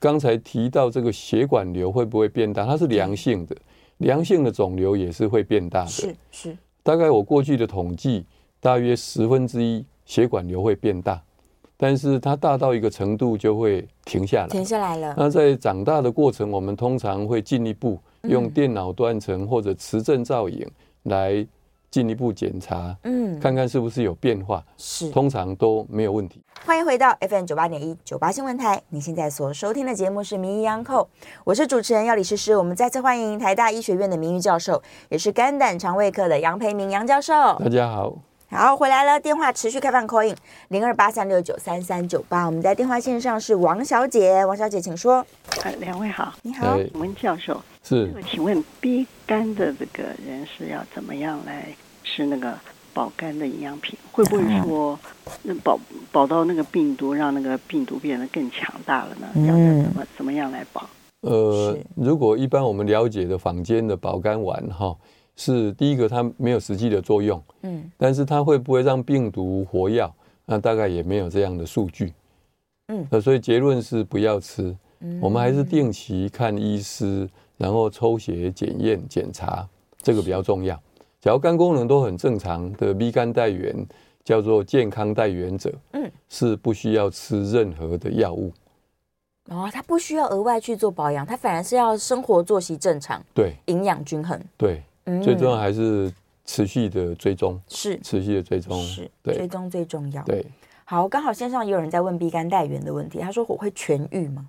刚才提到这个血管瘤会不会变大？它是良性的，良性的肿瘤也是会变大的
是。是，
大概我过去的统计，大约十分之一血管瘤会变大，但是它大到一个程度就会停下来
停。下来了，
那在长大的过程，我们通常会进一步
嗯
用电脑断层或者磁振造影来进一步检查，
嗯，
看看是不是有变化，
是。
通常都没有问题。
欢迎回到 FM 九八点一九八新闻台，您现在所收听的节目是《名医央叩》，我是主持人药理诗诗。我们再次欢迎台大医学院的名誉教授，也是肝胆肠胃科的杨培明杨教授。
大家好，
好，回来了，电话持续开放 call in 零二八三六九三三九八。我们在电话线上是王小姐，王小姐请说。
呃，两位好，
你好，
哎
请问教授，
是
那个请问 B 肝的这个人是要怎么样来吃那个保肝的营养品？会不会说那保保到那个病毒，让那个病毒变得更强大了呢？
嗯
要要怎么怎么样来保？
呃
是，
如果一般我们了解的坊间的保肝丸哈，是第一个它没有实际的作用，
嗯
但是它会不会让病毒活跃？那大概也没有这样的数据。
嗯
那所以结论是不要吃，
嗯
我们还是定期看医师，然后抽血检验检查，这个比较重要。只要肝功能都很正常的 B 肝带源，叫做健康带源者，
嗯，
是不需要吃任何的药物。
哦，他不需要额外去做保养，他反而是要生活作息正常，
对
营养均衡。
对，
嗯
最重要还是持续的追踪，
是
持续的追踪，
是追
对
踪最重要。
对
好，刚好线上也有人在问 B 肝带源的问题，他说我会痊愈吗？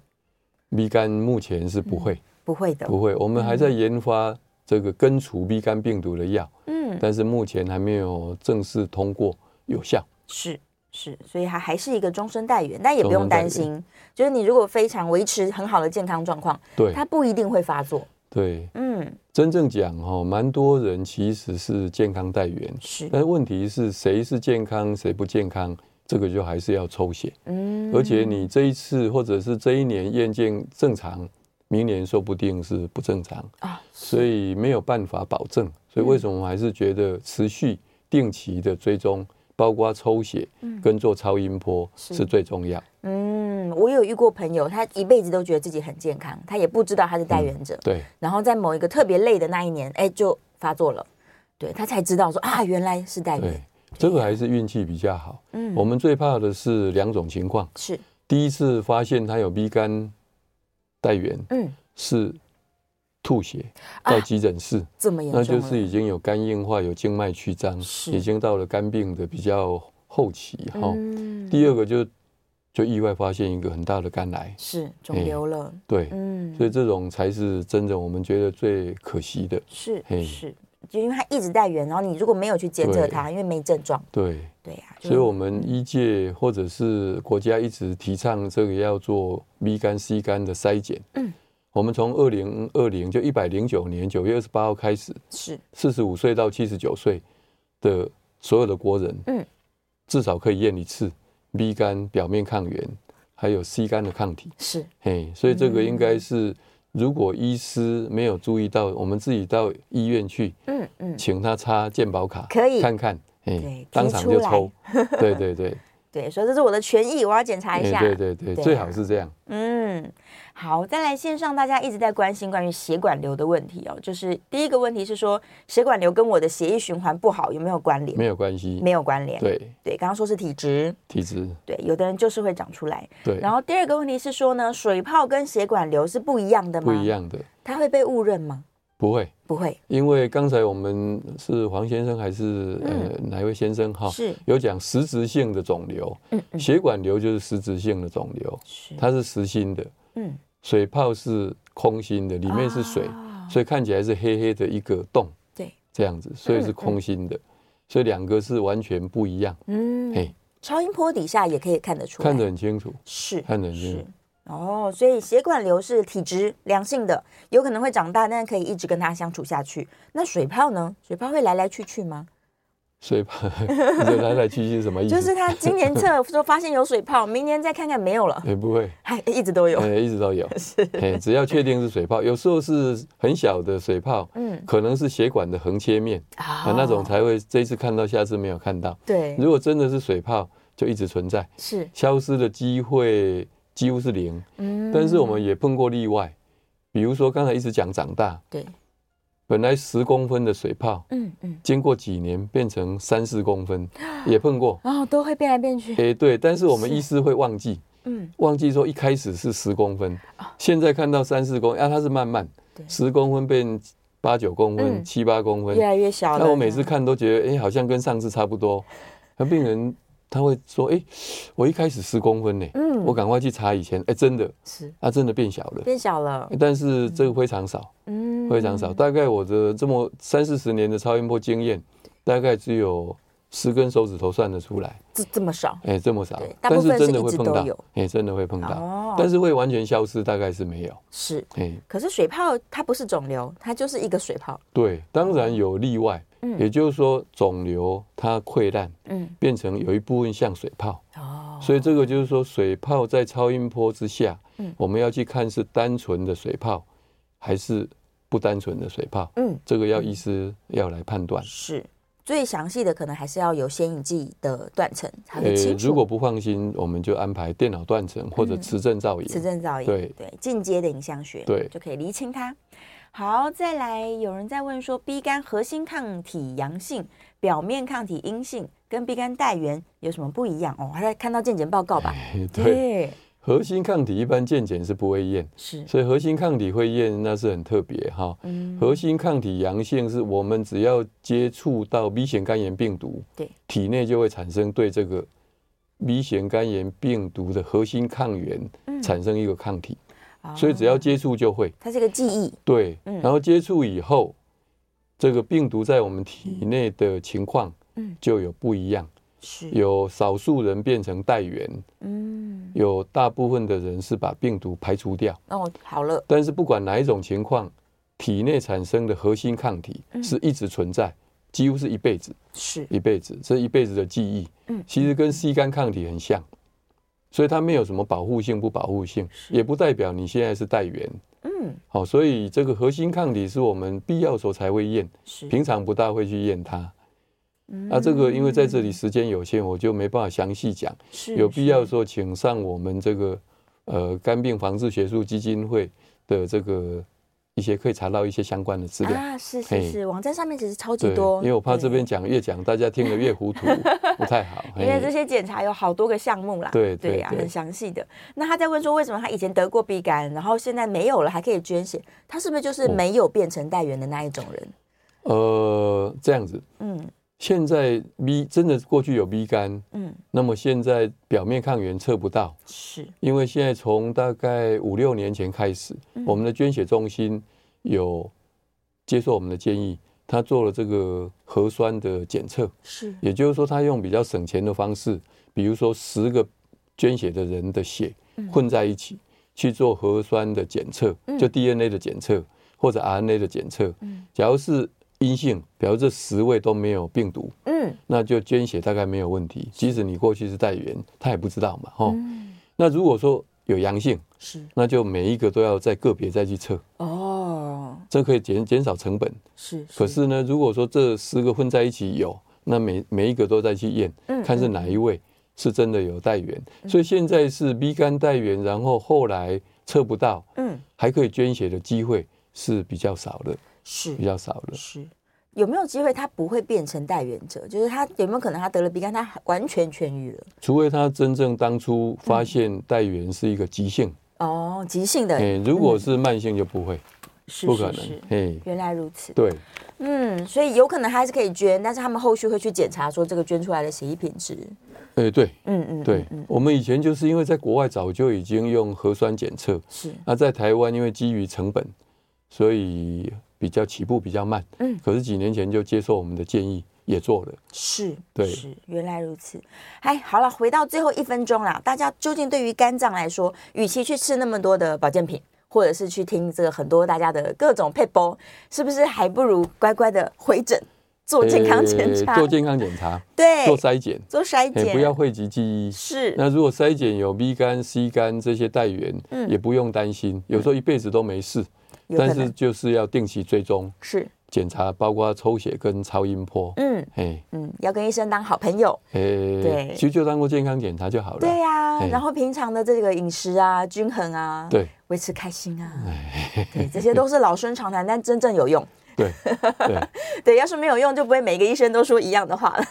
，B 肝目前是不会、
不会的，
不会，我们还在研发这个根除 B 肝病毒的药，
嗯，
但是目前还没有正式通过有效。
是是，所以它还是一个终身带源，但也不用
终身带
担
源
心，就是你如果非常维持很好的健康状况，
对
它不一定会发作。
对，
嗯，
真正讲哦，蛮多人其实是健康带源，
是，
但是问题是谁是健康，谁不健康，这个就还是要抽血。
嗯，
而且你这一次或者是这一年验见正常，明年说不定是不正常，
啊，
所以没有办法保证。所以为什么我还是觉得持续定期的追踪，包括抽血跟做超音波
嗯是
是最重要。
嗯，我有遇过朋友，他一辈子都觉得自己很健康，他也不知道他是
嗯
带源者，
对
然后在某一个特别累的那一年，哎，就发作了，对他才知道说啊，原来是带
对
源，，
这个还是运气比较好。
嗯
我们最怕的是两种情况：
是，
第一次发现他有 B 肝带源
嗯，
是吐血，
啊
到急诊室。
这么严重
那
了，
就是已经有肝硬化、有静脉曲张，
是
已经到了肝病的比较后期哈、
嗯
第二个就就意外发现一个很大的肝癌，
是肿
哎
瘤了，
对，
嗯，
所以这种才是真正我们觉得最可惜的，
是
嘿
是，就因为它一直带源，然后你如果没有去监测
对
它，因为没症状，
对。
对呀、就
所以，我们医界或者是国家一直提倡这个要做 B 肝、C 肝的筛检。
嗯，
我们从二零二零就一百零九年九月二十八号开始，
是
四十五岁到七十九岁的所有的国人，
嗯，
至少可以验一次 B 肝表面抗原，还有 C 肝的抗体。
是
嘿，所以这个应该是，
嗯
如果医师没有注意到，我们自己到医院去，
嗯嗯，
请他插健保卡，
可以
看看，嘿
对，
当场就
提出 [laughs]
抽。对对对，
对，所以这是我的权益，我要检查一
嘿
下。
对对对，
对啊
最好是这样。
嗯，好，再来线上大家一直在关心关于血管瘤的问题哦，就是第一个问题是说血管瘤跟我的血液循环不好有没有关联？
没有关系。
没有关联。
对，
对，刚刚说是体质，
体质
对，有的人就是会长出来。
对，
然后第二个问题是说呢，水泡跟血管瘤是不一样的吗？
不一，样的，
它会被误认吗？
不会，
不会，
因为刚才我们是黄先生还是呃哪一位先生哈？
嗯是
有讲实质性的肿瘤，
嗯嗯
血管瘤就是实质性的肿瘤，
是
它是实心的，
嗯，
水泡是空心的，里面是水，
啊
所以看起来是黑黑的一个洞，
对，
这样
嗯
子，所以是空心的，所以两个是完全不一样，
嗯
嘿，
超音波底下也可以看得出来，
看得很清楚，
是
看得很清
是
楚，
哦，所以血管瘤是体质良性的，有可能会长大，但是可以一直跟它相处下去。那水泡呢？水泡会来来去去吗？
水 [laughs] 泡就来来去去是什么意
[laughs]
思？
就是它今年测说发现有水泡，明年再看看没有了，
也、哎不会，
还一直都有。
呃，一直都有， [laughs] 哎，只要确定是水泡，有时候是很小的水泡，
嗯
可能是血管的横切面
啊
啊，那种才会这一次看到，下次没有看到。
对
如果真的是水泡，就一直存在，
是
消失的机会几乎是零。
嗯
但是我们也碰过例外，比如说刚才一直讲长大，
对
本来十公分的水泡，
嗯嗯，
经过几年变成三四公分，也
[gasps]
碰过。
然哦后都会变来变去，
诶，对，但是我们
是
医师会忘记，
嗯，
忘记说一开始是十公分，现在看到三四公，啊，它是慢慢
啊对
十公分变八九公分、
嗯
七八公分
越，来越小了。啊
那我每次看都觉得，哎、好像跟上次差不多。那病人他会说，哎、我一开始十公分呢、
嗯
我赶快去查以前，哎、真的，
是
它、真的变小了，哎
变小了，
但是这个非常少，
嗯，
非常少。大概我的这么三四十年的超音波经验，大概只有十根手指头算得出来，
这这么少，
哎、这么少
对，大部
但
分
真的
是一
会
直
碰
都
到
有，
哎、真的会碰到、
哦
但是会完全消失，大概是没有，
是。
哎、
可是水泡它不是肿瘤，它就是一个水泡，
对，当然有例外，
嗯
也就是说肿瘤它溃烂
嗯，
变成有一部分像水泡。
哦，
所以这个就是说，水泡在超音波之下，
嗯
我们要去看是单纯的水泡，还是不单纯的水泡，
嗯，
这个要医师要来判断。
是。最详细的可能还是要有显影剂的断层才会清楚。
呃哎如果不放心，我们就安排电脑断层或者
嗯
磁振造影。
磁振造影，
对
进阶的影像学，
对
就可以厘清它。好，再来，有人在问说，B 肝核心抗体阳性，表面抗体阴性，跟 B 肝带源有什么不一样？哦，还在看到健检报告吧？
哎对，，核心抗体一般健检是不会验，
是，
所以核心抗体会验那是很特别哈。
嗯
核心抗体阳性是我们只要接触到 B 型肝炎病毒，
对，
体内就会产生对这个 B 型肝炎病毒的核心抗原
嗯
产生一个抗体，
哦
所以只要接触就会
它是一个记忆，
对，
嗯
然后接触以后，这个病毒在我们体内的情况
嗯
就有不一样，
是，
有少数人变成带源，
嗯，
有大部分的人是把病毒排除掉。
哦，好了，
但是不管哪一种情况，体内产生的核心抗体是一直存在，几乎是一辈子，
是，
一辈子，这一辈子的记忆。
嗯
其实跟 C 肝抗体很像，所以它没有什么保护性不保护性，也不代表你现在是带源。
嗯，
好、所以这个核心抗体是我们必要的时候才会验，
是，
平常不大会去验它。那、这个因为在这里时间有限，我就没办法详细讲。
嗯是
有必要的
是
时候，请上我们这个呃肝病防治学术基金会的这个一些可以查到一些相关的资料。
啊，是是
嘿
是，网站上面其实超级
对，
多，
因为我怕这
对
边讲越讲，大家听得越糊
[laughs]
涂，不太好。
因为
嘿
这些检查有好多个项目啦，
对对
对呀、
对
很详细的。那他在问说，为什么他以前得过 B 肝，然后现在没有了，还可以捐血？他是不是
哦
就是没有变成带源的那一种人？
呃，这样子，
嗯
现在 B 真的过去有 B 肝，
嗯，
那么现在表面抗原测不到，
是
因为现在从大概五六年前开始，
嗯
我们的捐血中心有接受我们的建议，他做了这个核酸的检测。
是，
也就是说，他用比较省钱的方式，比如说十个捐血的人的血混在一起、去做核酸的检测，就 DNA 的检测或者 RNA 的检测。假如是阴性，表示这十位都没有病毒，
嗯
那就捐血大概没有问题。即使你过去是带源，他也不知道嘛，吼。那如果说有阳性，
是
那就每一个都要再个别再去测，
哦嗯
这可以减减少成本。
是，
可是呢，如果说这十个混在一起有，那每每一个都再去验，
嗯
看是哪一位是真的有带源。所以现在是 B 肝带源，然后后来测不到，
嗯
还可以捐血的机会是比较少的，
是
比较少的。
是。有没有机会他不会变成带源者？就是他有没有可能他得了 B 肝，他完全痊愈了？
除非他真正当
嗯
初发现带源是一个急性，
哦，急性的，
哎、如果是慢性就不会，
嗯是
不
是
可
是
能，哎。
原来如此。
对，
嗯，所以有可能还是可以捐，但是他们后续会去检查说这个捐出来的血液品质。
哎、对
嗯嗯，
对
嗯，嗯
我们以前就是因为在国外早就已经用核酸检测，
是
那在台湾，因为基于成本，所以比较起步比较慢。
嗯
可是几年前就接受我们的建议，也做了。
是，
对
是，原来如此。哎，好了，回到最后一分钟啦，大家究竟对于肝脏来说，与其去吃那么多的保健品，或者是去听这个很多大家的各种配包，是不是还不如乖乖的回诊做健康检查？
呃做健康检查，
对，
做筛检，
做筛
也
检，
不要讳疾忌医。
是
那如果筛检有 B 肝、C 肝这些带源，
嗯
也不用担心，有时候一辈子都没事。
有可
但
能
是就是要定期追踪
是
检查，包括抽血跟超音波。
嗯
哎
嗯，要跟医生当好朋友。
哎，
对
其实就当过健康检查就好了。
对呀、
哎
然后平常的这个饮食啊，均衡啊，
对哎
维持开心啊，对，这些都是老生常谈，但真正有用。 [laughs]
对对，。
对，要是没有用，就不会每个医生都说一样的话 [laughs] 了。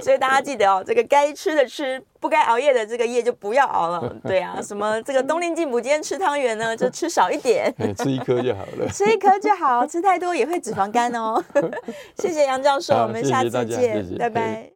所以大家记得哦，这个该吃的吃，不该熬夜的这个夜就不要熬了。对啊，什么这个冬令进补，今天吃汤圆呢，就吃少一点 [laughs]
哎吃一颗就好了。
吃一颗就好，吃太多也会脂肪肝哦。谢谢杨教授， [laughs]
好
我们
谢谢
下次
大家
见，
谢谢
拜
哎
拜。